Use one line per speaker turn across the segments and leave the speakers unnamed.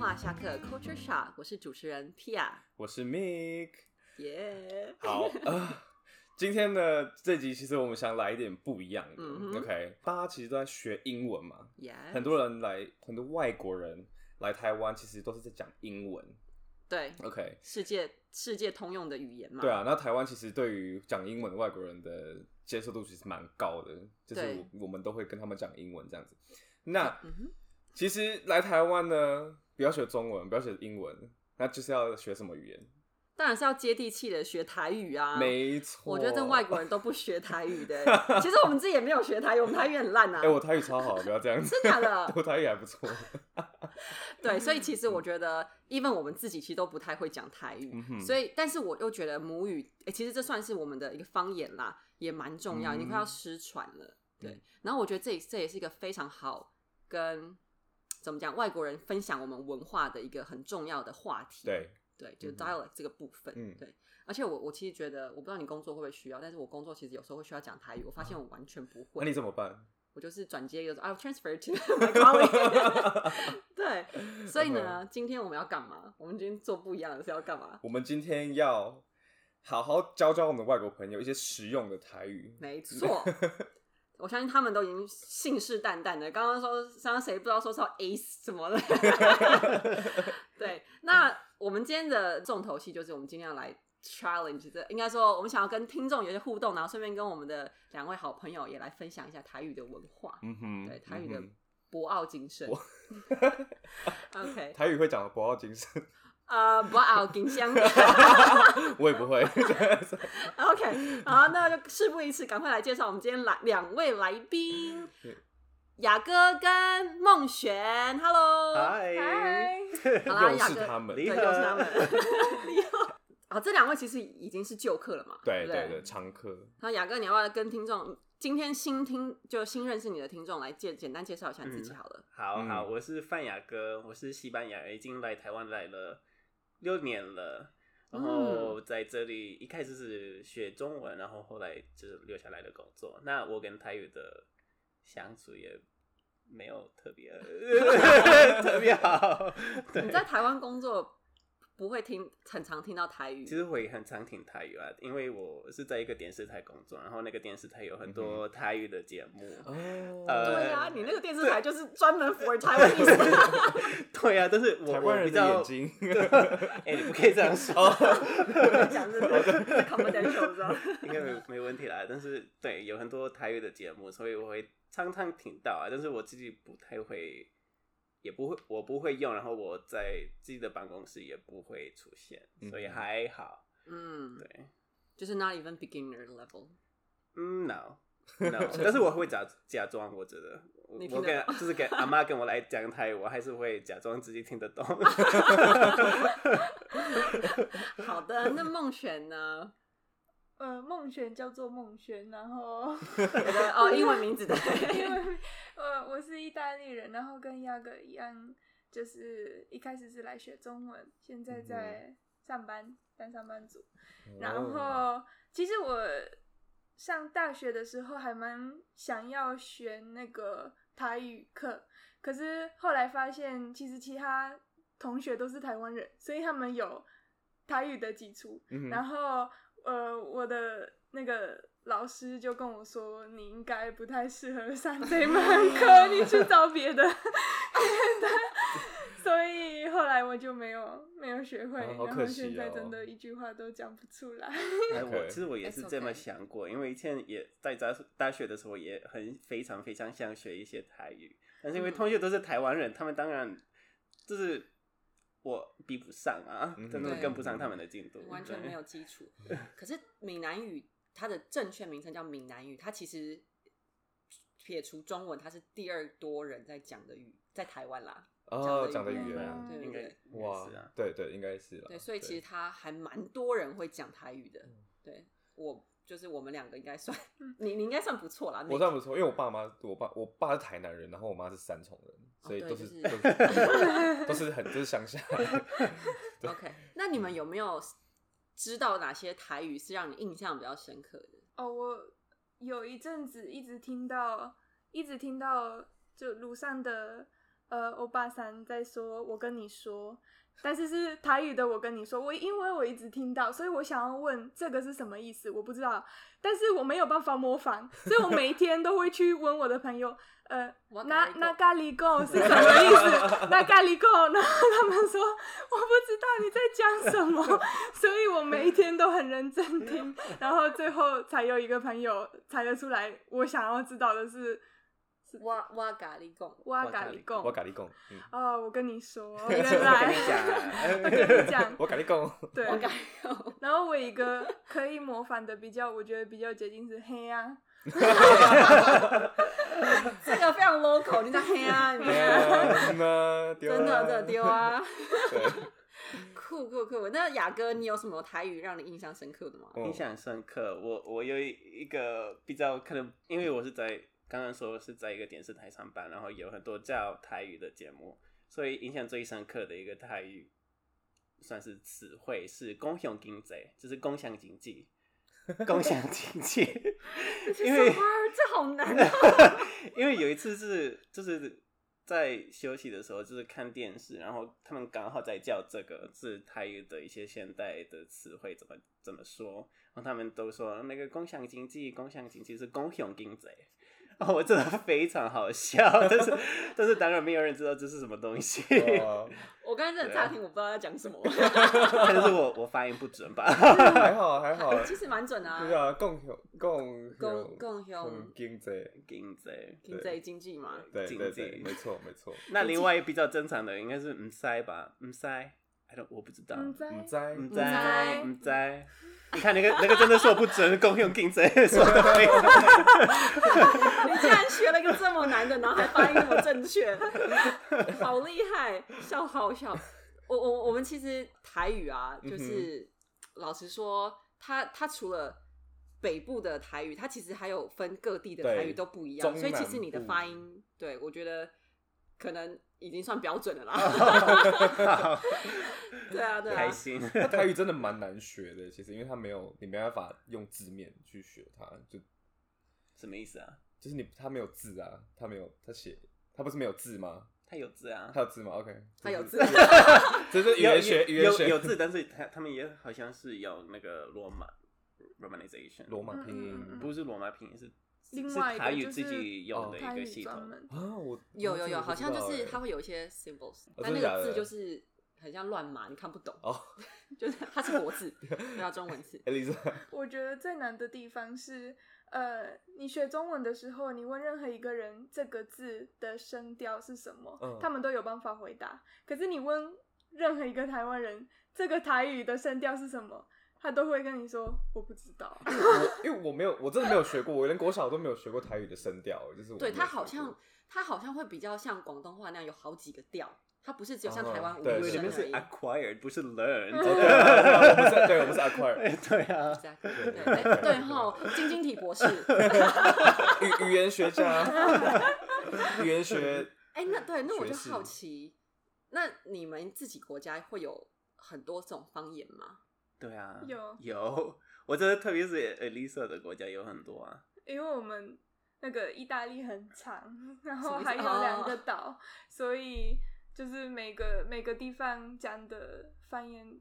马侠客 Culture Shock，我是主持人 Pia，
我是 Mick。
耶、
好，呃，今天的这集其实我们想来一点不一样的。
嗯哼
OK，大家其实都在学英文嘛，
耶、
很多人来，很多外国人来台湾，其实都是在讲英文。
对，
OK，
世界世界通用的语言嘛，
对啊，那台湾其实对于讲英文的外国人的接受度其实蛮高的，就是
对
我我们都会跟他们讲英文这样子。那
嗯哼，
其实来台湾呢，不要学中文，不要学英文，那就是要学什么语言？
当然是要接地气的学台语啊。
没错，
我觉得这外国人都不学台语 的。其实我们自己也没有学台语，我们台语很烂啊。
哎、我台语超好，不要这样子。
真 假的
我台语还不错。
对，
嗯
所以其实我觉得，even 我们自己其实都不太会讲台语，
嗯哼
所以但是我又觉得母语，诶其实这算是我们的一个方言啦，也蛮重要，
嗯
你快要失传了。对，
嗯
然后我觉得这也这也是一个非常好跟怎么讲外国人分享我们文化的一个很重要的话题。
对，
对，就
嗯
dialect 这个部分，
嗯
对。而且我我其实觉得，我不知道你工作会不会需要，但是我工作其实有时候会需要讲台语，我发现我完全不
啊那
会，
你怎么办？
我就是转接一个说 I've transferred to my colleague。对，所以呢，今天我们要干嘛？我们今天做不一样的是要干嘛？
我们今天要好好教教我们的外国朋友一些实用的台语。
没错，我相信他们都已经信誓旦旦的。刚刚说，刚刚谁不知道说是要 ace 什么的？ 对，那我们今天的重头戏就是我们今天要来 challenge 这，应该说我们想要跟听众有些互动，然后顺便跟我们的两位好朋友也来分享一下台语的文化，
嗯哼
对台语的
嗯
博傲精深。OK，
哼台语会讲博傲精神，
呃，博傲精深。
我也不会。
OK，好，那就事不宜迟，赶快来介绍我们今天来两位来宾
对，
雅哥跟孟璇。Hello，
嗨
嗨，好啦，
又
雅
是
哥，
他们，
对，
你
又
好
是他们。 你好好，这两位其实已经是旧客了嘛？
对
不
对对，。常客。
那雅哥，你要不要跟听众，今天新听就新认识你的听众来介简单介绍一下你自己好了？
好
嗯
好，我是范雅哥，我是西班牙人，已经来台湾来了六年了。
嗯
然后在这里一开始是学中文，然后后来就是留下来的工作。那我跟台语的相处也没有特别 特别好，
你
对，
在台湾工作不会听，很常听到台语。
其实我也很常听台语啊，因为我是在一个电视台工作，然后那个电视台有很多台语的节目。
嗯哦，
呃
对啊，你那个电视台就是专门 for 台湾意思。
对呀、啊，但是我
台湾
我
人
比
的眼
较，
睛。
哎、你不可以这样说。
讲这个 confidential 知道吗
应该没没问题啦。但是对，有很多台语的节目，所以我会常常听到啊。但是我自己不太会，也不会，我不会用，然后我在自己的办公室也不会出现，
嗯
所以还好。
嗯，
对，
就是 not even beginner level。
嗯，no。no，但是我会假假装，我觉得我
你听
我
得
跟
懂
就是给阿妈跟我来讲台语，我还是会假装自己听得懂。
好的，那梦璇呢？
呃，梦璇叫做梦璇，然后
我的哦，英文名字对，
因 为呃我是意大利人，然后跟亚哥一样，就是一开始是来学中文，现在在上班当上班族。
哦
然后其实我上大学的时候还蛮想要学那个台语课，可是后来发现其实其他同学都是台湾人，所以他们有台语的基础，
嗯
然后呃，我的那个老师就跟我说，你应该不太适合上这门课，你去找别的。 所以后来我就没有没有学会，
啊好
然
可
后
惜
现在
哦
真的一句话都讲不出来。
哎，我
OK
其实我也是
It's
这么
okay
想过，因为以前也在大大学的时候也很非常非常想学一些台语，但是因为
嗯
同学都是台湾人，他们当然就是我比不上啊
嗯，
真的
对
跟不上他们的进度，
完全
对
没有基础。可是闽南语它的正确名称叫闽南语，它其实撇除中文，它是第二多人在讲的语，在台湾啦。
哦，
讲
讲
的
的
语
语
对
言
啊，
对
应该
对
应该
哇
是啊，，
对对，应该是了。
对，所以其实他还蛮多人会讲台语的。对我就是我们两个应该算，你你应该算不错啦。
我算不错，因为我爸妈，我爸我爸是台南人，然后我妈是三重人，所以
对
都
就是是
都是 都是很就是乡下。
OK，那你们有没有知道哪些台语是让你印象比较深刻的？
哦，我有一阵子一直听到，一直听到就路上的呃欧巴桑在说“我跟你说”，但是是台语的“我跟你说”，我因为我一直听到，所以我想要问这个是什么意思，我不知道，但是我没有办法模仿，所以我每天都会去问我的朋友，呃，
我
那
哪一个
那咖喱贡是什么意思？那咖喱贡，然后他们说我不知道你在讲什么，所以我每一天都很认真听，然后最后才有一个朋友猜得出来，我想要知道的是
哇哇咖喱贡，
哇
哇
咖
咖
喱
喱
贡
我。咖喱贡，嗯，
哦，我跟你说，
我
原
跟你
来
讲，啊哎
我跟你讲，
我咖喱 贡，
对。
哇咖喱贡，
然后我一个可以模仿的比较，我觉得比较接近是黑啊，
这个非常 local，你在黑啊，你在黑啊
那丢
真的
了
真的丢啊，
对
酷酷酷！那雅哥，你有什么台语让你印象深刻 的吗？
嗯
印象深刻。我我有一个比较可能，因为我是在刚刚说是在一个电视台上班，然后有很多叫台语的节目，所以印象最深刻的一个台语算是词汇是“共享经济”，就是共享经济，共享经济。因为
这什么啊这好难啊！
因为有一次是就是在休息的时候，就是看电视，然后他们刚好在叫这个是台语的一些现代的词汇怎么怎么说，然后他们都说那个共享经济，共享经济是共享经济。哦，我真的非常好笑，但是 但是当然没有人知道这是什么东西，
哇
我刚才真的乍听，我不知道在讲什么，
但是我我发音不准吧？
还好还好，
其实蛮准的
对
啊。
啊，共享共
共
享
共
共
享
经济，
经济。
经济经济嘛，
对
经
对
济
对，没错没错，
那另外比较正常的应该是唔塞吧？唔塞，I don't，我不知道。
嗯，在
唔知
唔知
知
唔知，你看那个那个真的说不准，公用竞争说的非常。
你竟然学了一个这么难的，然后还发音那么正 确，好厉害！笑好笑。我我我们其实台语啊，
嗯
就是、老实说，它它除了北部的台语，它其实还有分各地的台语
对
都不一样，
中
所以其
南
实你的
部
发音，对我觉得可能已经算标准了啦。 对啊，对
开
啊，
心，
那台语真的蛮难学的，其实因为它没有你没办法用字面去学它，就
什么意思啊？
就是你它没有字啊，它没有它写它不是没有字吗？
他有字啊，
它有字吗？OK，
它嗯有 字，
这是语
有
言学语言
有有
学
有字，但是他他们也好像是有那个罗马 romanization，
罗马拼
嗯嗯嗯
音
不是罗马拼音是。
另
是
外一个
台语
就是
自己用的一
台
个
语
系
专
统，
门，
啊，我
有有
我真
有，
的
好像就
不知
是
道欸
它会有一些 symbols，
哦
但那
真的假
个
的
字就是很像乱码，你看不懂，
哦，
就是它是国字，对啊，中文字。
艾丽莎，
我觉得最难的地方是，呃，你学中文的时候，你问任何一个人这个字的声调是什么，
嗯
他们都有办法回答。可是你问任何一个台湾人这个台语的声调是什么，他都会跟你说我不知道。
我因为我没有我真的没有学过，我连国小都没有学过台语的声调，就是我
对，
没有
它
学
好
过
像它好像会比较像广东话那样有好几个调，它不是只有像
哦
台湾五
对
个
因为你
声
们
而
是啊
已。
acquired 不是 learned，
哦
嗯
对啊对啊我不是对我不是 acquire
对啊，
Exactly，对对对哈， 晶晶体博士，
语语言学家， 语言学
哎，那对，那我就
学士
好奇，那你们自己国家会有很多种方言吗？
对啊，
有
有，我觉得特别是 Elisa 的国家有很多啊，
因为我们那个意大利很长，然
什
后
么意思
还有
哦
两个岛，所以就是每个每个地方讲的方言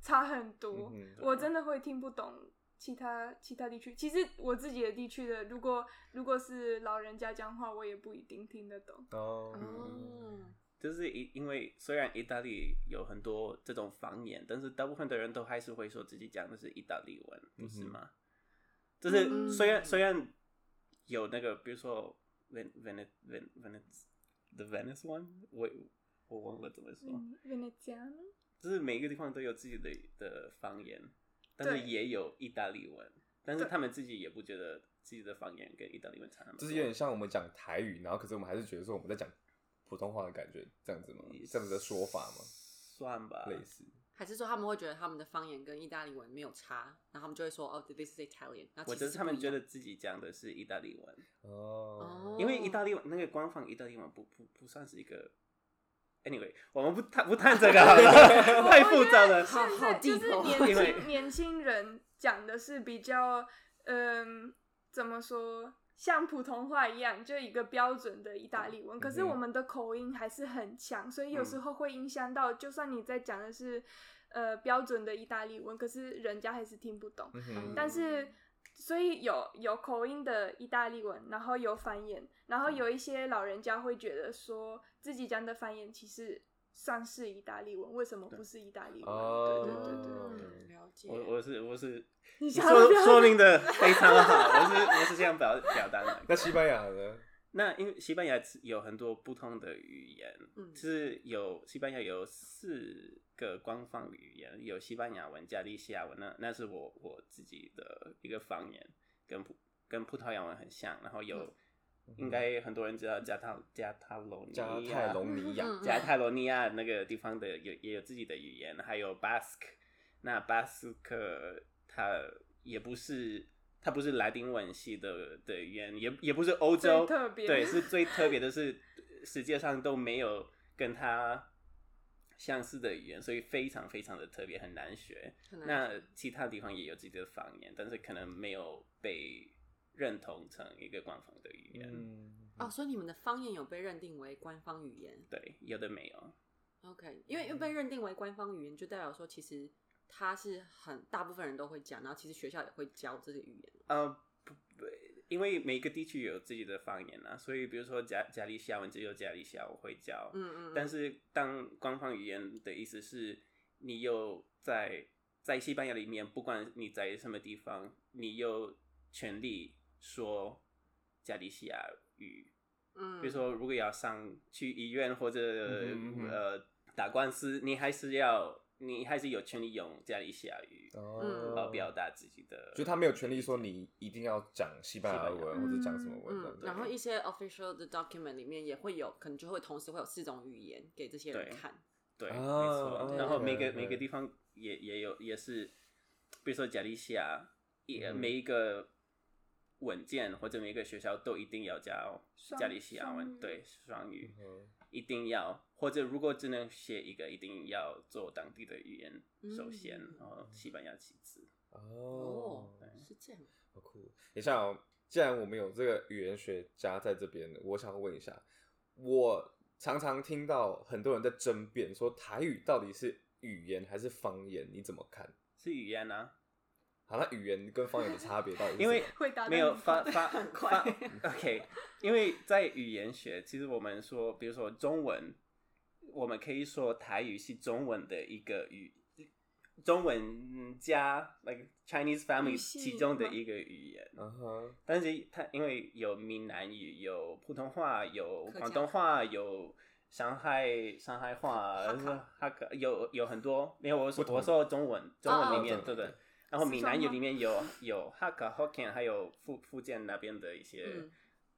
差很多，
嗯哼
我真的会听不懂。其他其他地区，其实我自己的地区的，如果如果是老人家讲话，我也不一定听得懂。
哦
哦，
嗯就是因因为虽然意大利有很多这种方言，但是大部分的人都还是会说自己讲的是意大利文，不
嗯
是吗？就
嗯
是虽然虽然有那个，比如说 Ven Ven Ven Venice the Venice one，我我忘了怎么说，
嗯 v e n e z i a n
就是每一个地方都有自己的的方言，但是
对
也有意大利文，但是
对
他们自己也不觉得自己的方言跟意大利文差那么多，
就是有点像我们讲台语，然后可是我们还是觉得说我们在讲普通话的感觉，这样子吗？这样子的说法吗？
算吧，
类似，
还是说他们会觉得他们的方言跟意大利文没有差，然后他们就会说哦，this is Italian，那
我
其
觉
实
得
是
他
不
们
一
觉
样
得自己讲的是意大利文。
哦，
哦，
因为意大利文那个官方意大利文不不不算是一个。Anyway，我们不探不探这个好 了， 太复杂了。
好
现在
好
就
地
哦是
头
年
因为
轻年轻人讲的是比较，嗯，怎么说像普通话一样，就一个标准的意大利文，可是
嗯
我们的口音还是很强，所以有
嗯
时候会影响到，就算你在讲的是呃标准的意大利文，可是人家还是听不懂。
嗯哼，
但是所以有有口音的意大利文，然后有方言，然后有一些老人家会觉得说自己讲的方言其实算是意大利文，为什么不是意大利文？
哦
对对对对。
嗯，了解。
我我是我是，
你
你
想
说
要表
说明的非常好，我是我是这样表表达的。
那西班牙呢？
那因为西班牙有很多不同的语言，
嗯
就是有西班牙有四个官方语言，有西班牙文、加利西亚文，那那是我我自己的一个方言，跟葡跟葡萄牙文很像，然后有、
嗯
应该很多人知道加泰加泰罗尼
嗯加
亚
泰隆尼亚，
嗯
加泰罗尼亚那个地方的有也有自己的语言，还有巴斯克。那巴斯克它也不是它不是拉丁文系的的语言，也也不是欧洲
最特别
对，是最特别的是世界上都没有跟它相似的语言，所以非常非常的特别，很难学。
很难
那
讲
其他地方也有自己的方言，但是可能没有被认同成一个官方的语言。
嗯，
哦，所以你们的方言有被认定为官方语言
对，有的没有。
？OK，因为因为被认定为官方语言，就代表说其实它是很大部分人都会讲，然后其实学校也会教这些语言。
呃，不不，因为每个地区有自己的方言啊，所以比如说加加利西亚文只有加利西亚我会教，
嗯嗯，嗯
但是当官方语言的意思是，你有在在西班牙里面，不管你在什么地方，你有权利说加利西亚语。
嗯，
比如说，如果要上去医院或者、
嗯哼嗯哼
呃打官司，你还是要你还是有权利用加利西亚语
哦
嗯
呃表，达自己的。
就他没有权利说你一定要讲西班牙
西班
文
牙
或
文
者讲什么文
嗯，
的。
然后一些 official 的 document 里面也会有，可能就会同时会有四种语言给这些人
对
看。
对，
啊
没错。
对
然后
对
每
对
个每个地方也也有也是，比如说加利西亚，也
嗯
每一个文件或者每一个学校都一定要教
双
加利哦西亚
双
文，
语
对，双语
嗯
一定要，或者如果只能写一个，一定要做当地的语言首先
嗯，
然后西班牙其次。
哦，
是这样。
好酷！等一下哦，既然我们有这个语言学家在这边，我想问一下，我常常听到很多人在争辩说台语到底是语言还是方言，你怎么看？
是语言啊，
好，那语言跟方言的差别到底是什么？
因为
会达到
没有
你
发
的
发
很
发
快
OK，因 为在语言学，其实我们说，比如说中文，我们可以说台语是中文的一个语，中文加 like Chinese family
语系
其中的
吗
一个语言。
嗯哼，
但是它因为有闽南语、有普通话、有
客家
广东话、有上海上海话
哈卡、
哈克，有有很多。没有，我说
不同
我说中文，中文里
哦
面
哦
对不
对
对？然后
四
闽
川
南语
话
里面有有哈卡、Hokkien，还有福福建那边的一些、
嗯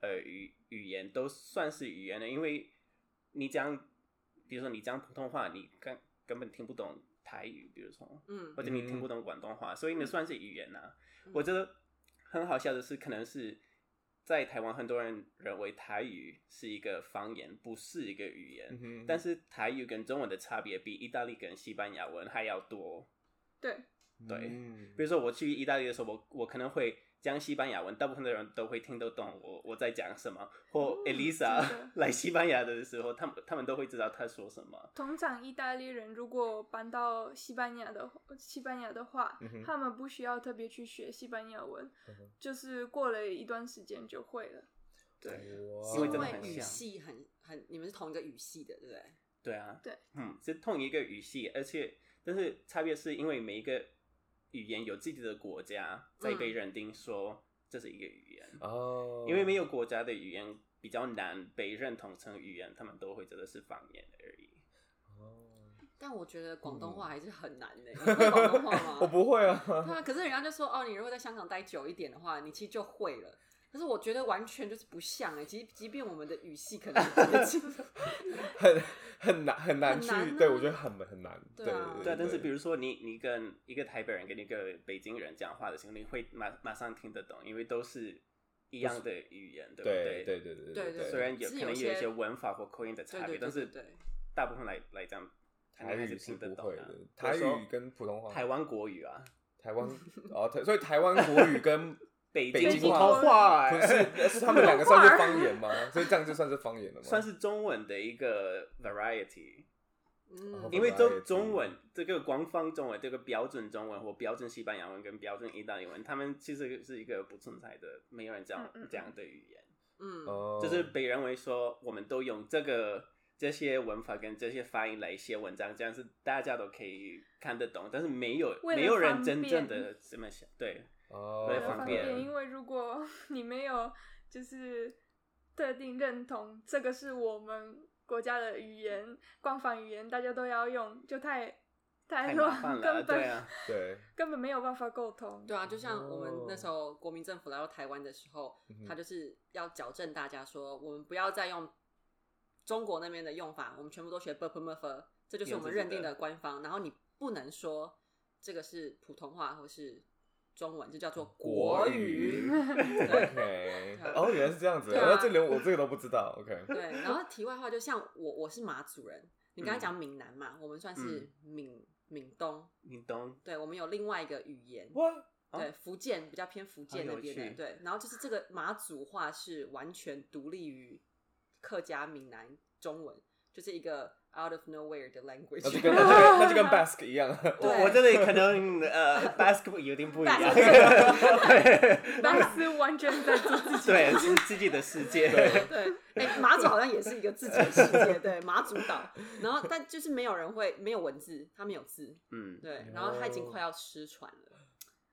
呃语语言，都算是语言的，因为你讲，比如说你讲普通话，你根根本听不懂台语，比如说，
嗯
或者你听不懂广东话，所以你算是语言呐、我觉得很好笑的是，可能是在台湾很多人认为台语是一个方言，不是一个语言。
嗯哼
但是台语跟中文的差别比意大利跟西班牙文还要多。
对，
对
嗯
比如说我去意大利的时候，我我可能会讲西班牙文，大部分的人都会听得懂我我在讲什么。或
嗯真
Elisa
的
来西班牙的时候，他们他们都会知道他说什么。
通常意大利人如果搬到西班牙的西班牙的话，
嗯哼
他们不需要特别去学西班牙文，
嗯哼
就是过了一段时间就会了。
对，
哇
因为
因
真的
为
很
语
像
系很很，你们是同一个语系的，对不对？
对啊，
对，
嗯，是同一个语系，而且但是差别是因为每一个语言有自己的国家在被
嗯
认定说这是一个语言，
哦，
因为没有国家的语言比较难被认同成语言，他们都会觉得是方言而已。
哦？
但我觉得广东
嗯
话还是很难的、你会广东话 吗
我不会啊，
对啊，可是人家就说哦，你如果在香港待久一点的话，你其实就会了。可是我觉得完全就是不像哎、即即便我们的语系可能很接 近
很很难很难
很
去，
难啊
对我觉得很很难。
对
对
啊
对啊，但是比
如
如说你你跟一个台北人跟一个北京人讲话的时候，你会马马上听得懂，因为都是一样的语言，对不
对
对
对对对
对
对，
虽然有
是
可
有
能有一
些
些文法或口音的
对
差别，
对对
但
对
是
对，
大部分来来讲，可
台
能还
语是
听得
不
懂
会
啊
的，
有
台
时候
语跟普通话，
台湾国语啊，
台湾哦，台所以台湾国语跟
北
北
京
京
普
话
通话、
不
哎
是，是他们两个算是方言吗？所以这样就算是方言了吗？
算是中文的一个 variety。
嗯
哦
因为中
Variety
中文这个官方中文，这个标准中文或标准西班牙文跟标准意大利文，他们其实是一个不存在的，没有人这样
嗯嗯嗯
这样的语言。
嗯，
哦，
就是被认为说，我们都用这个这些文法跟这些发音来写文章，这样是大家都可以看得懂，但是没有
为了
没有人
方
真正
便
的这么想。对，
哦
对
比较
方
方
便
便，因为如果 你没有就是特定认同这个是我们国家的语言，官方语言大家都要用，就太
太
太
麻烦
乱，
了，
根
对
本、
啊，
对，
根本没有办法沟通。
对啊，就像我们那
哦
时候国民政府来到台湾的时候，
嗯哼
他就是要矫正大家说，我们不要再用中国那边的用法，我们全部都学 b p m f，这就是我们认定的官方。然后你不能说这个是普通话或是中文，就叫做国语。
OK，哦，原来是这样子，
对啊
然后这连我这个都不知道。OK，
对，然后题外话，就像我我是马祖人，你刚才
嗯
讲闽南嘛，我们算是闽闽东，
你懂？
对我们有另外一个语言。
哇，
对，福建比较偏福建那边
好有
的，
趣
对。然后就是这个马祖话是完全独立于客家闽南中文，就是一个 out of nowhere
啊
的
那
language。
就跟那就跟那就跟 Basque 一样，
我
对
我这里可能呃，basketball 有点不一样，
但是完全在做自己。
对，是自己的世界，
对
对，哎、马祖好像也是一个自己的世界，对，马祖岛。然后但就是没有人会，没有文字，它没有字，
嗯，
对。然后它已经快要失传了，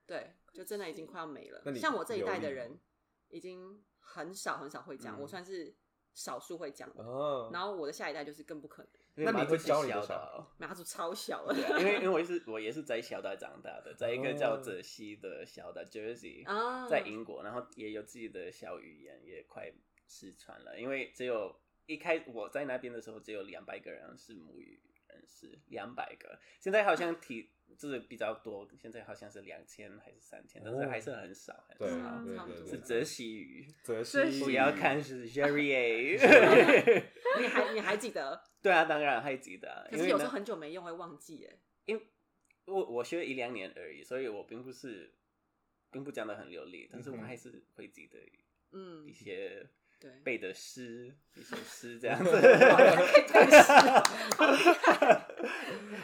对，就真的已经快要没了
那。你
像我这一代的
流利吗
人，已经很少很少会讲，
嗯
我算是少数会讲的。
哦，
然后我的下一代就是更不可能。
那你会教你的
小
小
岛？
马祖超小了
因为因为我是我也是在小岛长大的，在一个叫泽西的小岛 Jersey，
啊，
在英国，然后也有自己的小语言，也快失传了。因为只有一开我在那边的时候，只有两百个人是母语人士，两百个。现在好像提就是比较多，现在好像是两千还是三千，但是还是很少，
对
嗯
很少。
对
差不
哦对
多
是
对，
泽西语，
泽
泽西
西，
不要看是 Jerry A。
你还你还记 得？
对啊，当然还记得啊，
可
因
是
为
有时候
呢，
很久没用会忘记耶。
因为我我学一两年而已，所以我并不是并不讲的很流利，但是我
嗯哼
还是会记得
嗯
一，些
对，
背的诗，一首诗这样 子。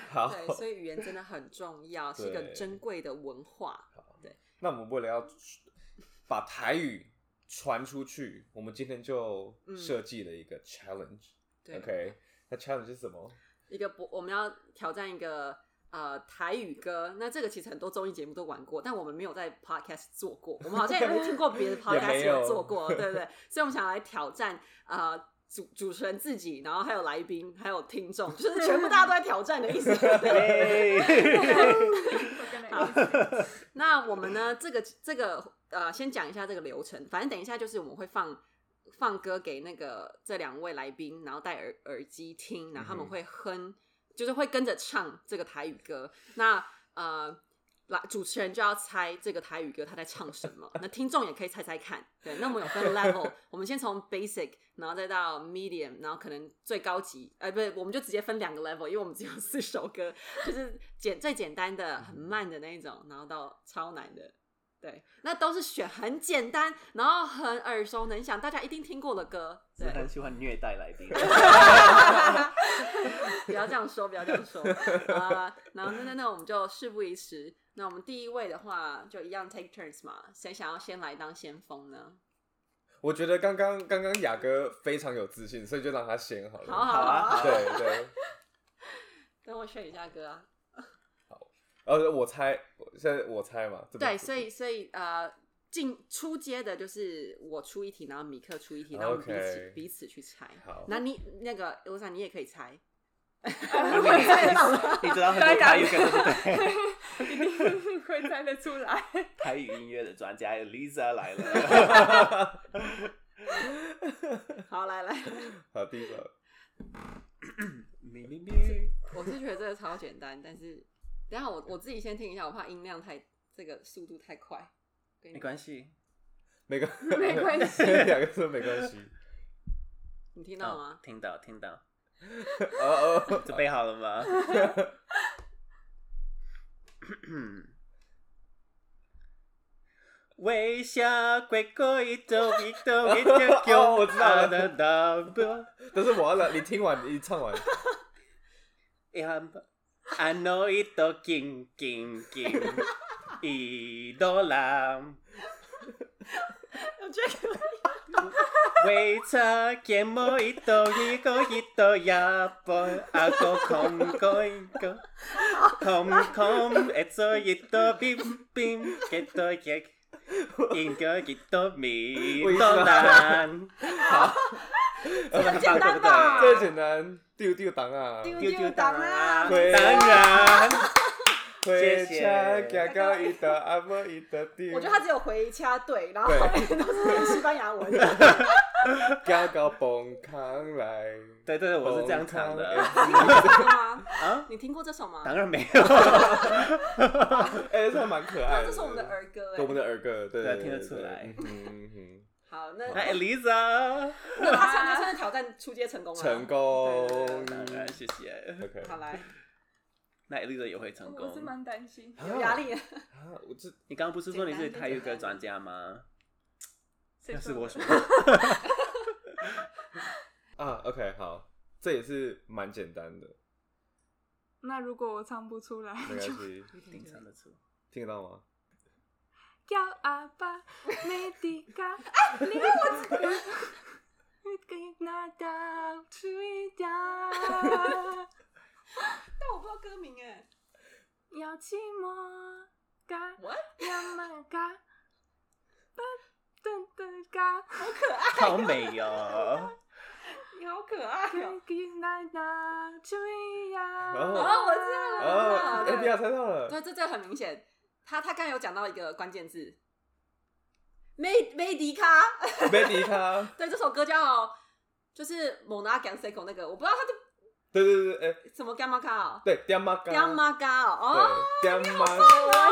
好，
对，所以语言真的很重要，是一个
对
珍贵的文化。
那我们为了要把台语传出去，我们今天就设计了一个 challenge。
嗯对
OK，那 challenge 是什么？
一个不，我们要挑战一个呃台语歌。那这个其实很多综艺节目都玩过，但我们没有在 podcast 做过，我们好像也没听过 别的 podcast
没有
有做过，对不对？所以我们想来挑战呃。主主持人自己，然后还有来宾，还有听众，就是全部大家都在挑战的 意思。
我跟你
啊
讲，
那我们呢？这个这个呃，先讲一下这个流程。反正等一下就是我们会放放歌给那个这两位来宾，然后戴耳耳机听，然后他们
嗯哼
会哼，就是会跟着唱这个台语歌。那呃。来，主持人就要猜这个台语歌他在唱什么，那听众也可以猜猜看。对，那我们有分 level，我们先从 basic，然后再到 medium，然后可能最高级，呃，不是，我们就直接分两个 level，因为我们只有四首歌，就是简最简单的、很慢的那一种，然后到超难的，对，那都是选很简单，然后很耳熟能详，大家一定听过的歌，
是很
对，
喜欢虐待来宾，
不要这样说，不要这样说，啊、然后那那那我们就事不宜迟，那我们第一位的话就一样 take turns 嘛，谁想要先来当先锋呢？
我觉得刚刚刚刚雅哥非常有自信，所以就让他先好了。
好好
好啊
好，
好
对对，
等我选一下歌啊，
呃，我猜，现在我猜嘛，这边
对，所以所以呃。进出街的就是我出一题，然后米克出一题，然后我们彼此
OK
彼此去猜。
好
那你那个欧莎，你也可以猜。
你知道很多台语歌都是
一定 会猜得出来。
台语音乐的专家 Lisa 来了，
好，来 来，
好，第一个，
咪咪咪，
我是觉得这个超简单，但是等一下我我自己先听一下，我怕音量太这个速度太快。给你
没关系，
没关
没关 系
两个说没关系。
你听到吗？
听到听到，
哦哦，
准备好了吗？微笑鬼鬼抖一抖一抖，给
哦我知道了
的的不。
但是我要来，你听完你唱完，
Yeah, I know it do king king king. 一哆啦，
我觉得
为啥见莫一哆一个一哆呀不，阿个空个一个，空空一做一哆冰冰，一哆一，一个一哆咪哆啦，
好，
很简单 吧
这个简单，丢丢档啊，
丢
丢
丢
丢
档
当
啊
啊，
对
当然，
回
谢谢
家嘎高一的阿莫一的丢，
我觉得他只有回掐对，然后
对
后面都是西班牙文。
嘎高蹦康来，
对对对，我是这样唱的
蹦康
你听
来。
过吗？
啊，
你听过这首吗？
当然没有。
哎，这还蛮可爱
那
的。
哦这是我们的儿歌
对，我
哎。
们的儿歌，对，
对
对
听得
对
出来
嗯哼嗯哼
好，那
哎
那 Elisa，
那他算他算是挑战出街成功了。
成。功。
当然谢谢。
OK，
好来，
那 Elisa 也会成
我是
功。
蛮担心。
有压力。
啊，我这
你刚刚不是说你是
简单
台语歌
简单
专家吗？
谁
那是
说
我
的
说的。
啊，OK，好，这也是蛮简单的，
那如果我唱不出来，
没关
啊
就
系，
顶唱得出。
听得到吗？
叫阿爸美迪 卡，哎你 我给拿到去掉，
但我不知道歌名哎。
要寂寞嘎，
What？
要慢嘎，噔噔嘎，
好美哟！
你好可爱哦。
给拿到去
哦
呀。
哦，我知道了。我
哦，
知
哎，
道了
迪亚猜到了，
对，这这很明显，他他刚才有讲到一个关键字，梅梅迪卡。
梅迪卡，
对，这首歌叫就是《蒙娜 g a n s e c o 那个，我不知道他的
对对对，哎，
什么 gamma 卡哦
对，爹妈嘎，
，gamma 嘎哦，
对，爹妈，
完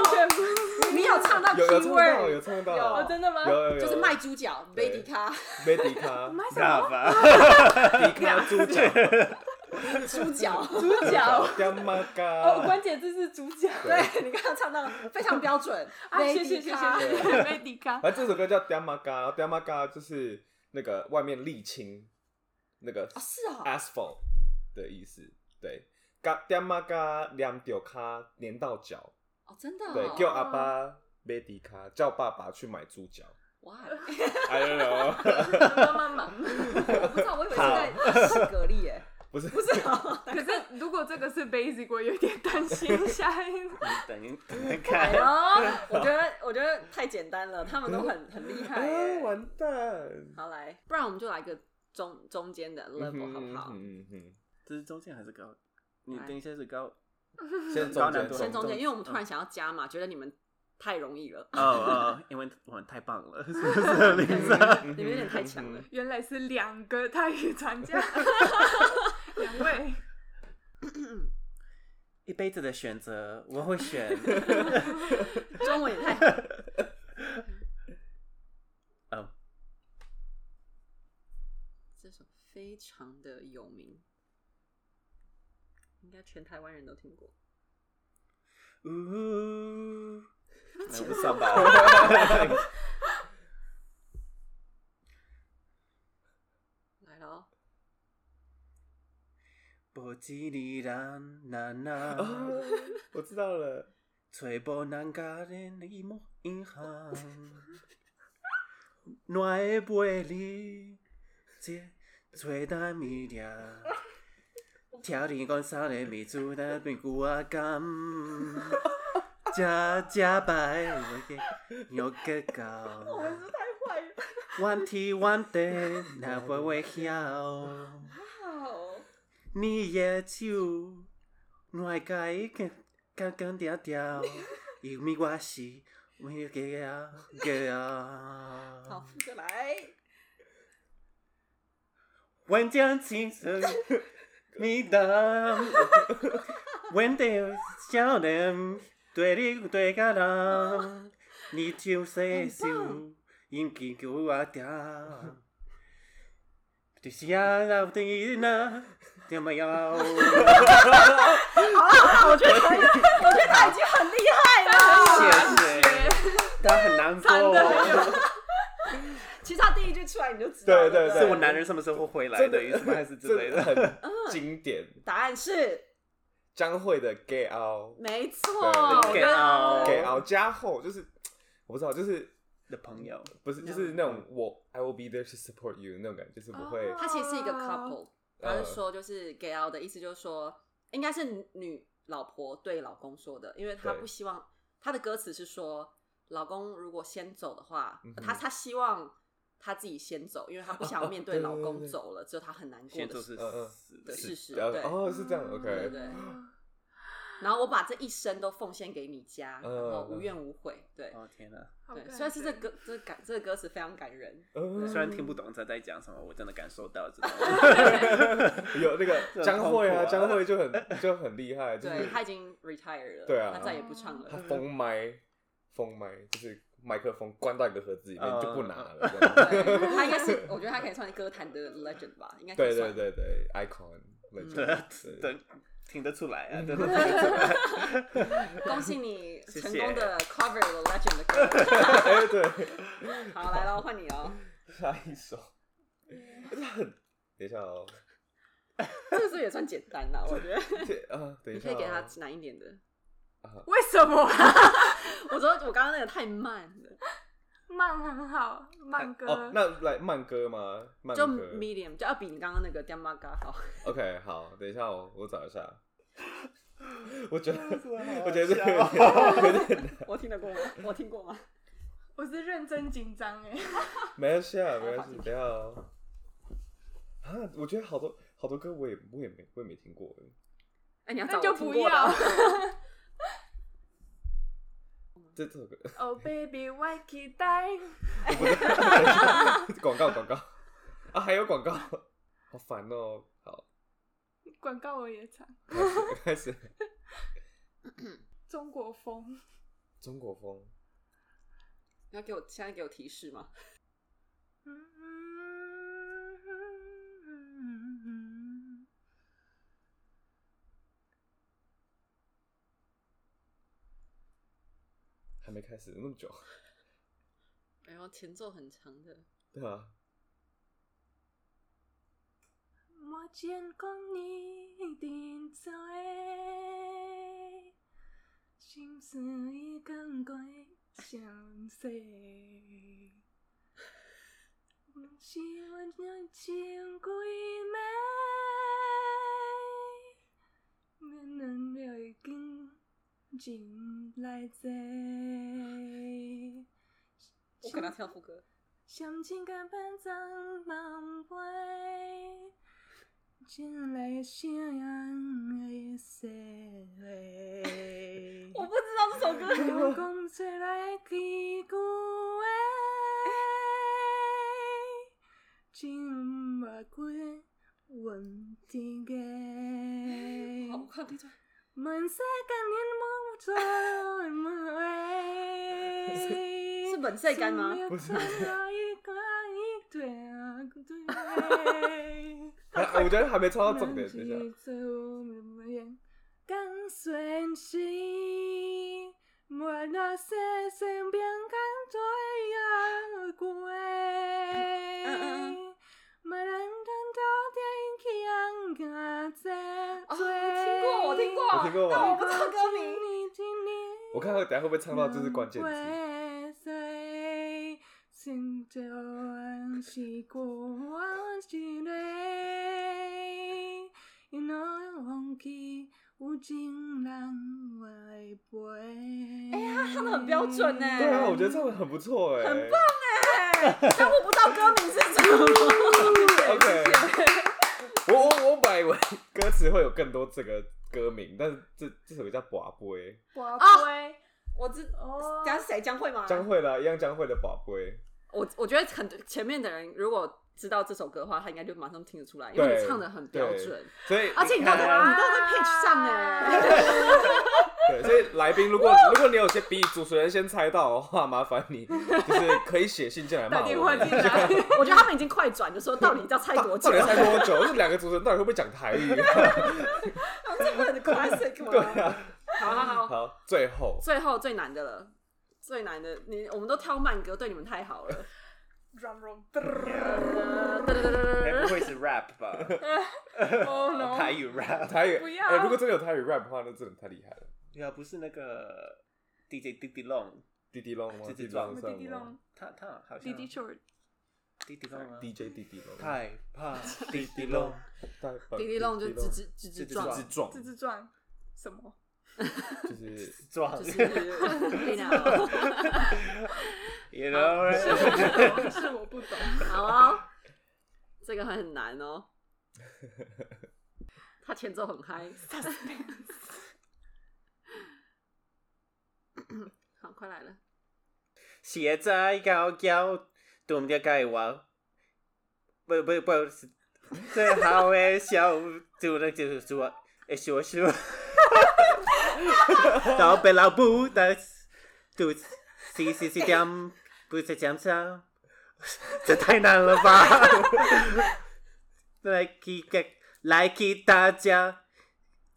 全不是
哦，你有唱到
有有唱到，
keyword，
有唱到，
有
哦，真的吗？
有有有，
就是卖猪脚梅
对
迪卡
梅迪 卡，
卖什
大
么？
吧，
迪卡猪脚，
猪脚。
主角。
爹妈
哦，
嘎，
关键字是主角。
对你刚刚唱到非常标准，
啊，谢谢谢
梅迪
谢
卡
谢谢美迪 卡。
反正这首歌叫爹妈嘎，爹妈嘎就是那个外面沥青，那个
哦，是哦，
asphalt 的意思，对。嘎爹妈嘎两脚卡粘到脚，
哦，真的哦，
对，叫阿爸买迪卡，叫爸爸去买猪脚。
哇，哎
I don't know，
妈妈妈。
我不知道，我以为是在吃蛤蜊耶，
不是，
不是哦，
可是如果这个是 basic，我有点担心下一个。
等一等一
哎
看
呦，，我觉得我觉得太简单了，他们都很很厉害
啊，
耶。
完蛋。
好来，不然我们就来个中中间的 level 好不好？
嗯嗯
这是中间还是高？你等一下是高
嗯，先
高
中
难
间，
度，
先中间，
嗯
因为我们突然想要加嘛，觉得你们太容易了，
哦哦，因为我们太棒了，是不是林子？
你们有点太强了。
原来是两个泰语专家，两位。
一辈子的选择，我会选。
中文也 太好，
嗯，
这首非常的有名，应该全台湾人都听过。
呜，那不上吧？
来哦喽，
波吉里兰娜
嗯
娜
啊，，我知道了。
吹波南加的一抹银行，暖的背里，这吹淡米俩，调理干啥的米煮的米古阿甘，加加白我给有个高。
太坏了，
One T One Day，那我会晓。
好，
你的手，我甲伊牵牵牵条条，因为我是每个啊个
好，
啊。
副歌来，
阮将青春你当，阮的 少年对你对个人，你就是手引起我啊条。就是啊，老天呐，你们要
好了好了，我觉得可以了，我觉得他已经很厉害 了。
谢谢，他很难过
真的
哦，
其实他第一句出来你就知道
对
了，
对
不
对
是我男人什么时候回来
真
的意思吗？还是之类的？
真的
嗯
很经典。
答案是
江蕙的 gay out
没错，
对啊
我觉得
Get out
gay out 加厚，就是我不知道，就是
的朋友，
不是就是
嗯
那种我 I will be there to support you 那种感觉，就是我会
他其实是一个
哦
couple，他
呃
是说就是 gay out 的意思，就是说应该是女老婆对老公说的，因为他
对
不希望他的歌词是说，老公如果先走的话，
嗯哼
他他希望他自己先走，因为他不想要面
哦
对
对
老
对对
公
对
走了之后他很难过
先做
的事。
是
嗯嗯
死
对事实
然后
对
哦是这样
嗯对
，OK，
对然后我把这一生都奉献给你家，然
嗯
后
嗯
无怨无悔。对
哦天哪！
好
对，
感
虽然是这
人
歌这感这个歌词非常感人，
嗯
虽然听不懂他在讲什么，我真的感受到这种。
有那个江蕙啊，
这
江
很痛苦
蕙就很就很厉害，就
对
是
他已经 retire 了，
对啊
他再也不唱了
他。封麦，封麦就是麦克风关到一个盒子里面
嗯
就不拿了，这 样
对，他应该是，我觉得他可以算歌坛的 legend 吧，应该可以
对
算
对对对，icon 类似
嗯
对
对，
对，听得出来啊，
嗯
真的 听得出来。
恭喜你
谢谢
成功的 cover 了 legend 的歌。
哎对，
好，来喽，换你哦。
下一首， 哎这很，等一下哦，
这个是不是也算简单啦，我觉得。
这啊，等一
你
下
可
哦，
以给他难一点的。
为什么
我说我刚刚那个太慢了，
慢很好，慢歌。
哦，那来慢歌吗？慢
就
歌
medium，就要比你刚刚那个 d a m a g a 好。
，OK，好，等一下哦，我找一下。 我觉得，
好
我觉得这个
笑
有 点有点难
我听得过吗？我听过吗？
我是认真紧张哎，
没关系啊，没关系，等一下哦。啊，我觉得好多好多歌我也我也没我也没听过耶，欸
哎，你要找
那
我
就
听
不
过的
要
啊。。
这首歌
Oh baby, why can't I？
广告广告啊，还有广告，好烦哦。好，
广告我也唱，
开始开始，
中国风。
中国风。
你要给我现在给我提示吗？
嗯嗯
还没开始那么久，
哎呦，前奏很长的。
对啊，
我见过你的走的，心思已经过相思。不是我用情几暝，咱两个已经真来济。
我可能要跳副歌。
相亲甲变做梦飞，将来啥人会说
我不知道这首歌。
话？讲出来几句话，情话过云天
好，我
个。
快点转。
满世间人 无做
是本世间吗哦
不是还
我
我觉得还没唱到重点，等一下。
刚算是我那些身边看对呀过，
嗯
没人当到天去安家
哦，我听过，我听过，
我
但
听过
我
吗
不知道歌名。
我看看等一下会不会唱到就是关键字。
字。成就往事过往一泪，因我放弃有情人我会陪。哎呀，
唱得很标准呢
对啊，我觉得唱的很不错哎，
很棒哎，但我不知道歌名是什 么。
OK，我我我本来以为 歌词会有更多这个歌名，但是这这首歌叫《寡杯
我
啊
杯
我知，
哦
等下是谁？江蕙吗？
啊
啊江蕙啦，一样江蕙的《寡杯》。
我我觉得很前面的人如果知道这首歌的话，他应该就马上听得出来，因为
对
你唱的很标
对
准，
所以
而且你都在
你
你
看
都在 pitch 上哎，
对，所以来宾，如果如果你有些比主持人先猜到的话，麻烦你就是可以写信进来骂
打
我
电话 进
们。
来，啊
我觉得他们已经快转，就说到底要猜
到
多久
到底？要猜多久？这两个主持人到底会不会讲台 语？啊
这不是很 classic
对
吗？
啊，
好好好，
好，最后
最后最难的了，最难的，你我们都挑慢歌，对你们太好 了。
drum roll，
该不会是 rap 吧？
Oh,
哦 no，
台语 rap，
台语，
不要
哎如果真的有台语 rap 的话，那真的太厉害了。
对啊，不是那个 DJ 滴滴龙，
滴滴龙吗？
自己
滴
撞
龙
什么
算
滴滴
吗
龙、
他他好像
滴滴 short，
滴滴龙吗？
？DJ 滴滴龙，
太怕滴滴龙，
太棒
迪迪龙就直直直
直
直
直
撞，
直撞，
自自撞什么？
就是
撞
就是你 俩哦
，you know，
是
right？
我不懂，是我不懂。
好哦，这个很难哦。他前奏很嗨，好，快来了。
鞋在高高，冻掉盖娃，不不不是，最好的笑，就那就是说，哎说说，老白老布的，肚子，是是是点，不是讲讲，这太难了吧？来给给来给大家，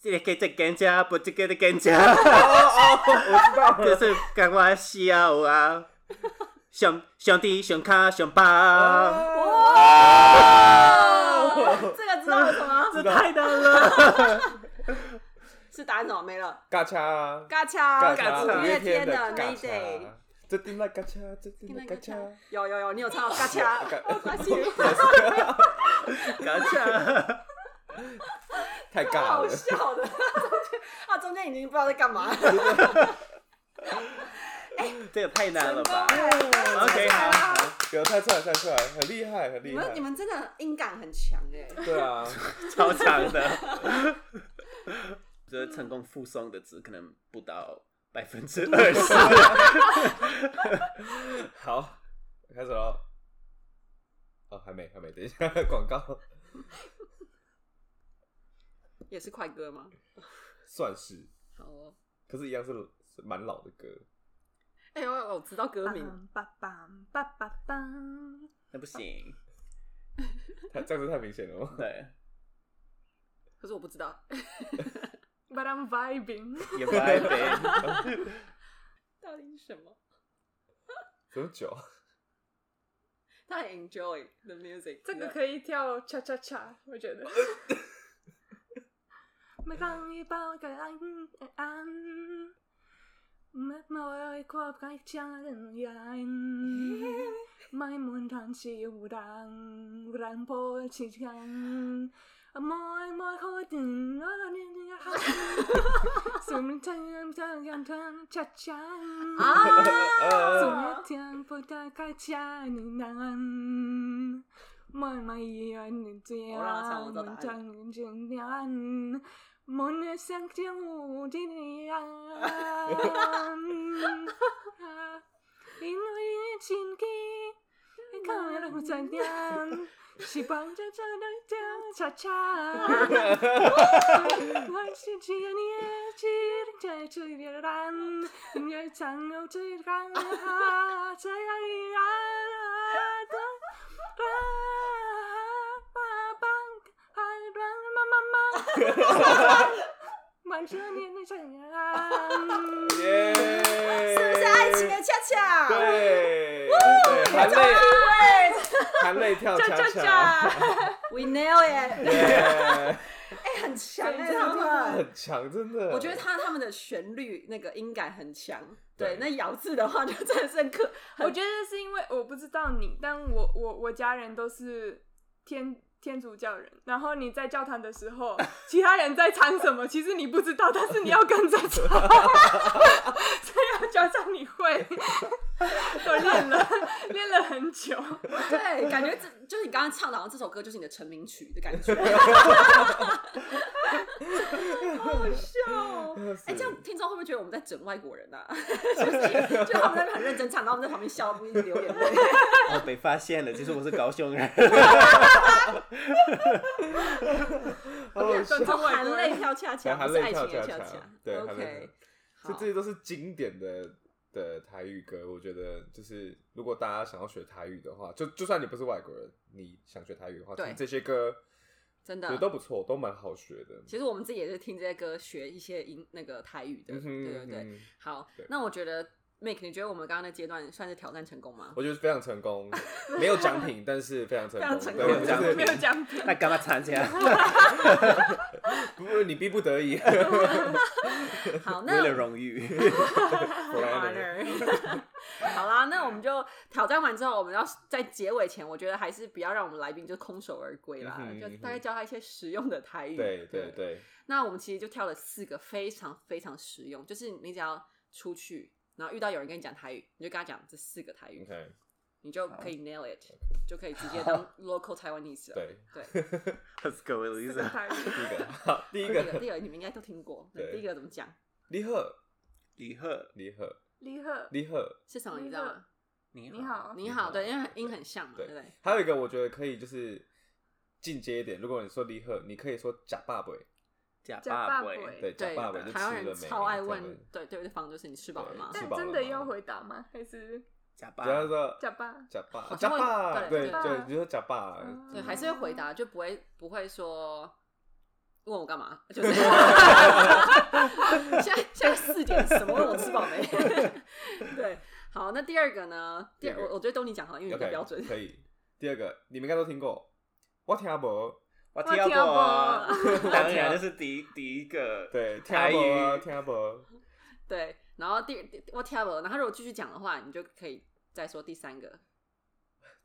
这个给这更加，不这个的更加。就是跟我笑啊，上上帝上卡上
啊
吧，
哦，这个知道了什么？
这太难 了。
是答案什么？没了。
嘎啊嚓
嘎嚓，
嚓，
五月天
啊天
的
嘎啊
Mayday
嚓。，这叮啦嘎嚓，这叮
听
啦
那
嘎
个嚓，，
嚓
有有有，你有唱到嘎嚓，哦发现
搞笑，
太尬
好
了。
笑的，中间啊中间已经不知道在干嘛了。
这也太难了吧
对
？OK，好，好
有猜出来，猜出来，很厉害，很
你
厉害。
们你们真的音感很强哎，
对啊，
超长的。 这成功附送的值可能不到百分 之二十。
好，开始喽。哦，还没，还没，等一下， 广告
也是快歌吗？
算是，
好哦，
可是一样是是蛮老的歌。
哎呦，我知道歌名，
梆梆梆梆梆，
那不行，
太这样子太明显了吗？
对，
可是我不知道。
But I'm vibing，
也不爱背。
到底是什么？
怎么 久？
他很 enjoy the music，
这个
以。
可以跳恰恰恰，我觉 得。每当一包个安安，每某一块该家人 言，每门叹息无人无人破气强。mỗi mỗi khối tình nó là nên như hát dù mình thân thân gần thân chắc chắn
啊
昨！天不打开家里难，妈妈一样的家，我当人真难，梦里想见我的人。因为疫情期，看我老怎样，是帮着找到掉叉叉。我是只有你，只在这里人，因为藏有最干的哈，这样一样的。满车年的晨阳。
耶！
是
哎
不是爱情的恰 恰？
对对，含泪
对
含泪跳欸恰
恰
恰，
恰，
，We nail it！
耶！
哎，很强 哎，
对
他们。
很强，真的。
我觉得他他们的旋律那个音感很强，
对
对，那咬字的话就真的是很可，
我觉得是因为我不知道你，但我我我家人都是天天主教人，然后你在教堂的时候，其他人在唱什么，其实你不知道，但是你要跟着唱，所以要加上你会， 我练了练了很久，
对，感觉这就是你刚刚唱的，好像这首歌就是你的成名曲的感 觉。 好笑哦！哎、这样听众会不会会觉得我们在整外国人呐、啊， 就是就他们在那边很认真唱，然后我们在旁边笑，不一定流眼 泪。
我哦被发现了，其实我是高雄人。
好好笑
对，从含泪跳恰恰，
哦含
不是
泪
爱
跳
情也
恰
恰
恰，对含泪跳
OK，
这
好
这些都是经典的的台语歌，我觉得就是如果大家想要学台语的话，就就算你不是外国人，你想学台语的话，
对
听这些歌
真
觉
的
得都不错，都蛮好学的。
其实我们自己也是听这些歌学一些英那个台语的，
嗯哼
对对对。
嗯哼
好
对，
那我觉得 Make，你觉得我们刚刚的阶段算是挑战成功吗？
我觉得非常成 功，没有奖品，但是非常成
非常成
对
功，
我
奖
就
品
是
没有奖品。
那干嘛参 加？
不是你逼不得 已。
好，
为了
那
荣誉，
honor 好啦，那我们就挑战完之后，我们要在结尾前，我觉得还是不要让我们来宾就空手而归啦，
嗯哼
就
嗯哼
大概教他一些实用的台语。
对对对，
那我们其实就挑了四个非常非常实用，就是你只要出去，然后遇到有人跟你讲台语，你就跟他讲这四个台语
OK，
你就可以 nail it，就可以直接 当 local Taiwanese 了。
对
对，
Let's go,
这个
Elisa。
台语
第一个，好， 第一
第一个
个，
第二个你们应该都听过，对
对
第一个怎么讲
你好，
李贺，
你好，
离合，
你好。
是什么你知道吗？
你
你，好，
你好，对，因为音很像嘛，对
对
不对？
还有一个我觉得可以就是进阶一点，如果你说离合，你可以说假爸爸，
假
假
爸
爸
鬼，
鬼
对，假爸爸就
对，
吃
台
了
湾
没？
人超爱
这样
问
子，
对对对方就是你吃饱了吗？
对
但
吃饱了
真
吗
的要回答吗？还是
假
只要
爸，
说
假扮？
假爸
好
假
像
爸，
会
对
对
对
对，你就说假爸，
嗯
对，还是会回答，就不会不会说问我干嘛，就是 现在现在四点什么问我吃饱没？ 对，好，那第二个呢？第二
第二个
我我觉得都你讲好了，因为你比较标
OK，
准。
可以。第二个你们应该都听过，我听不，
我
听
听过啊
不，
当然这是第一第一个
对，听
台
不啊，
语，
听不，
对，然后第第 whatever，然后如果继续讲的话，你就可以再说第三个。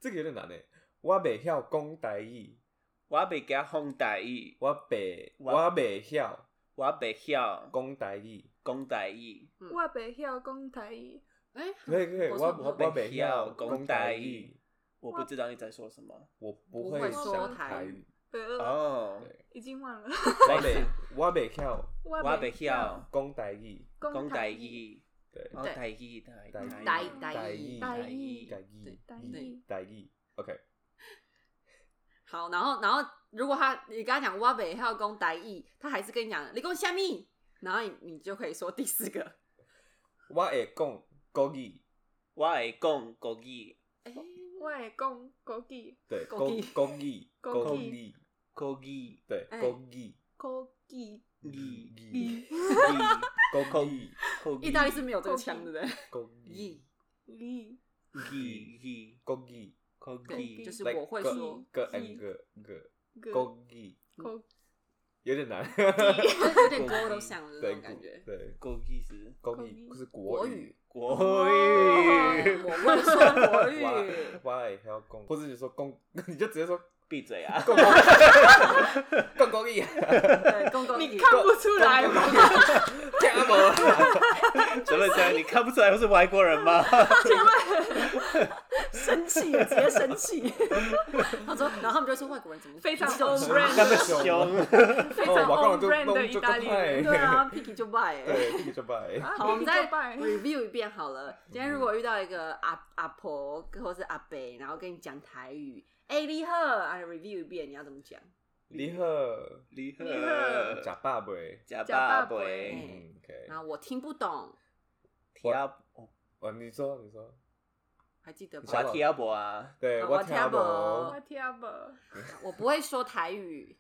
这个有点难诶。我袂晓讲台语，
我被加哄台语，
我袂
我
我袂晓
我被晓
讲台语，
讲台语，
嗯
我不晓讲台语，
哎、
可以可以，
不
我
错
我
不
错
袂晓
我袂晓
讲
讲
台
台
语
语，我不知道你在说什么。
我不
不
会
会
说
讲
台
台
语
语。
呃，
哦，
对
已经忘了。
我
类似
袂我袂晓
我
我被晓
讲台语，
讲台，语，
对，
哦
对
台语台
台
语
台
台
语
台
语
语
台
台
语
语
台
对
语
台
语
台语，OK，
好，然后然后如果他你跟他讲我北要讲台语，他还是跟你讲你讲虾米，然后你你就可以说第四个。
我会讲国语，
我会讲国语，
哎、
我会讲国语，
对，
国
国
语
国语
国
国
语
语，
国语
对，
哎
国语
国语，
语
语
国
嗯国
语
语
国语，
意大利是没有这个腔，
口
对不
技
对？
国语
咦，
语，
语语
国语，
国
对，
语，
就是
like
我会
国
说，
个
语
and 个个
国
国语
国
有点难，
有点锅都响的那
对
种，感觉。
对，
国语是
国
国
语
语
是
国
国
语
语，，
国语，
我会说国
我
语，
我会晓讲， 或者你说公，你就直接说
闭嘴啊！
讲国语，讲国语，啊
对，公公
你看不出来吗？
听无啦，
怎么讲？你看不出来我是外国 人吗？
生气，直接生气。 他说，然后他们就说外国人怎么
非常
脾气这么
old
差
brand
那么凶，
非
哦
常
我讲
on
就
brand 的
弄
意
就
大利人。
对啊，Picky 就拜欸。
对，这个就拜。
啊
好，我们再
你就拜
review 一遍好了。今天如果遇到一个阿阿婆或是阿伯，然后跟你讲台语，哎、你好，啊，review 一遍，你要怎么讲？
你好，
你好，
假爸未？
假
吃饱
爸
未
爸。
嗯，OK。
然后我听不懂，
听我
哦，你说，你说，
还记得
你想
吧？
到
听无啊，
对
哦
我
我
听
听
不
无
我听不，
我不会说台语，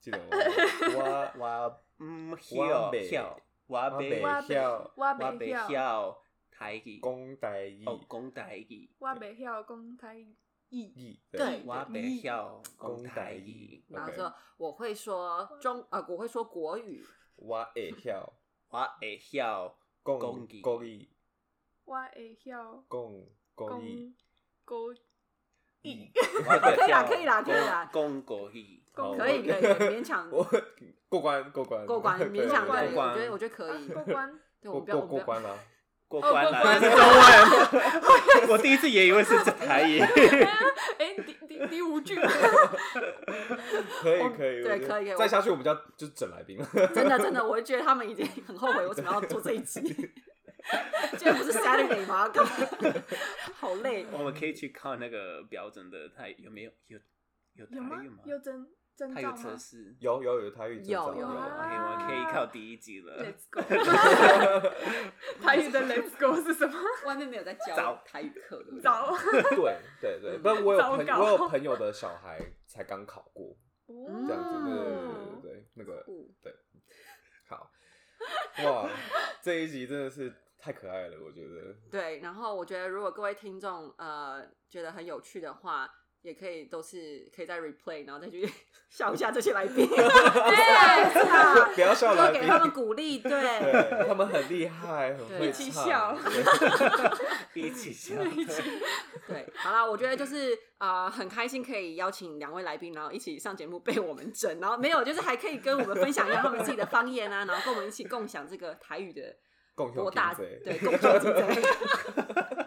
记得吗？我
我唔
我
晓
袂
晓，嗯我
我
未
袂晓
我
我
未
袂
晓，
晓台语，
讲台语，
哦讲台语，
我未晓讲台语，
语
对
我袂晓讲台
语
语，
然后
OK
说我会说中，呃，我会说国语，
我会晓
我会晓
讲
讲语
国语，
我会晓
讲国语
讲，国
语。
我袂晓
可以啦可以啦可以啦
讲讲国语，
好
可以
我
可以，勉 强
我过关，过关，
过关，
对
勉强
过
可以，
关
我觉得我觉得可
啊
以。
过关，
对，我
过
们不要
过
我们
过
不要
关啦。
过关了，
哦过关
这是中文。我第一次也以为是台语。
哎，第第第五句，
可以
我
可
对
以，我觉得
可以可以
再
我
下去我们就要就是整来宾了。
真的真的，我会觉得他们已经很后悔，我怎么要做这一集？ 居然不是 Saturday 吗？ 干嘛？好累。
我们可以去看那个标准的台有没有有有台
有吗
语吗？？
有真真
它
照
有
吗
测试。
有有有台语证照，
有有
我
啊
们可以靠第一集了。
Let's go！
台语的 Let's Go 是什么？
外面没有在教
早
台语课，对不对
早
对对
嗯
对，但我有
糟
朋
糕
我有朋友的小孩才刚考过，这
哦
样子，对对对对
嗯
对，那个
酷
对，好，哇，这一集真的是太可爱了，我觉得
对，然后我觉得如果各位听众呃觉得很有趣的话，也可以都是可以再 replay，然后再去 笑一下这些 来宾，
对，
啊
不要笑
多
来
给他们
宾，
鼓励，对，
对他们很厉害，很
对
会
一
起
唱
笑
对
一起笑。
对，好啦，我觉得就是呃很开心可以邀请两位来宾，然后一起上节目被我们整，然后没有就是还可以跟我们分享一下他们自己的方言啊，然后跟我们一起共享这个台语的
共
多
有
大
贼，
对共享竞 争。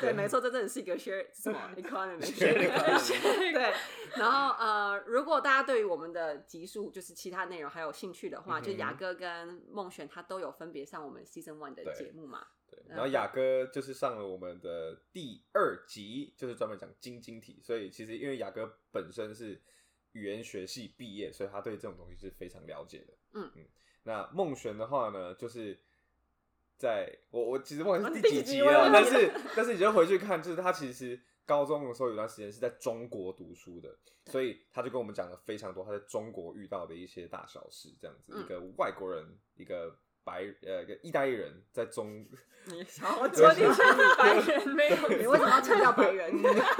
对，没错，这真的是一个 share 什么 economy share economy 对，然后呃，如果大家对于我们的集数就是其他内容还有兴趣的话，就
嗯
雅
哼
哥跟孟璇他都有分别上我们 season one 的
对
节目 嘛。
对然后雅哥就是上了我们的第二集，就是专门讲晶晶体，所以其实因为雅哥本身是语言学系毕业，所以他对这种东西是非常了解的。
嗯
嗯，那孟璇的话呢，就是在我我其实忘
哦
了
你
是
第
第
几
几
集
集
我
了，
忘
但
记
是但是你就回去看，就是他其实高中的时候有段时间是在中国读书的，所以他就跟我们讲了非常多他在中国遇到的一些大小事，这样子、
嗯
一个外国人，一个白呃一个意大利人在中。
你想我
说
说
你 是白人没有？
你为什么要强调白人？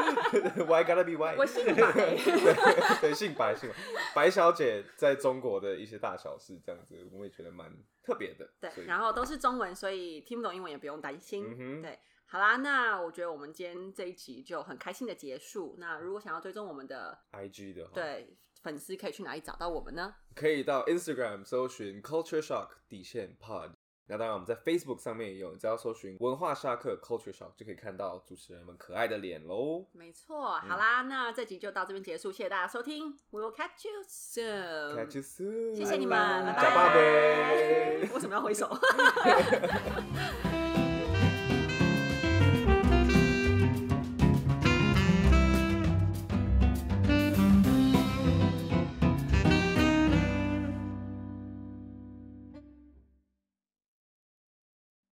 Why gotta be white？
我姓白
对 对，姓白姓白，白小姐在中国的一些大小事，这样子我们也觉得蛮特别的。所
对，
以
然后都是中文，所以听不懂英文也不用担心。
嗯哼
对，好啦，那我觉得我们今天这一集就很开心的结束。那如果想要追踪我们的
IG 的话，，
对粉丝，可以去哪里找到我们呢？
可以到 Instagram 搜寻 Culture Shock 底线 Pod。那当然，我们在 Facebook 上面也有，只要搜寻“文化下课 Culture Shock” 就可以看到主持人们可爱的脸喽。
没错，好啦，那这集就到这边结束，谢谢大家收听，We will catch you soon。
Catch you soon，
谢谢你们，
拜
拜
拜
拜。
假爸呗。
为什么要挥手？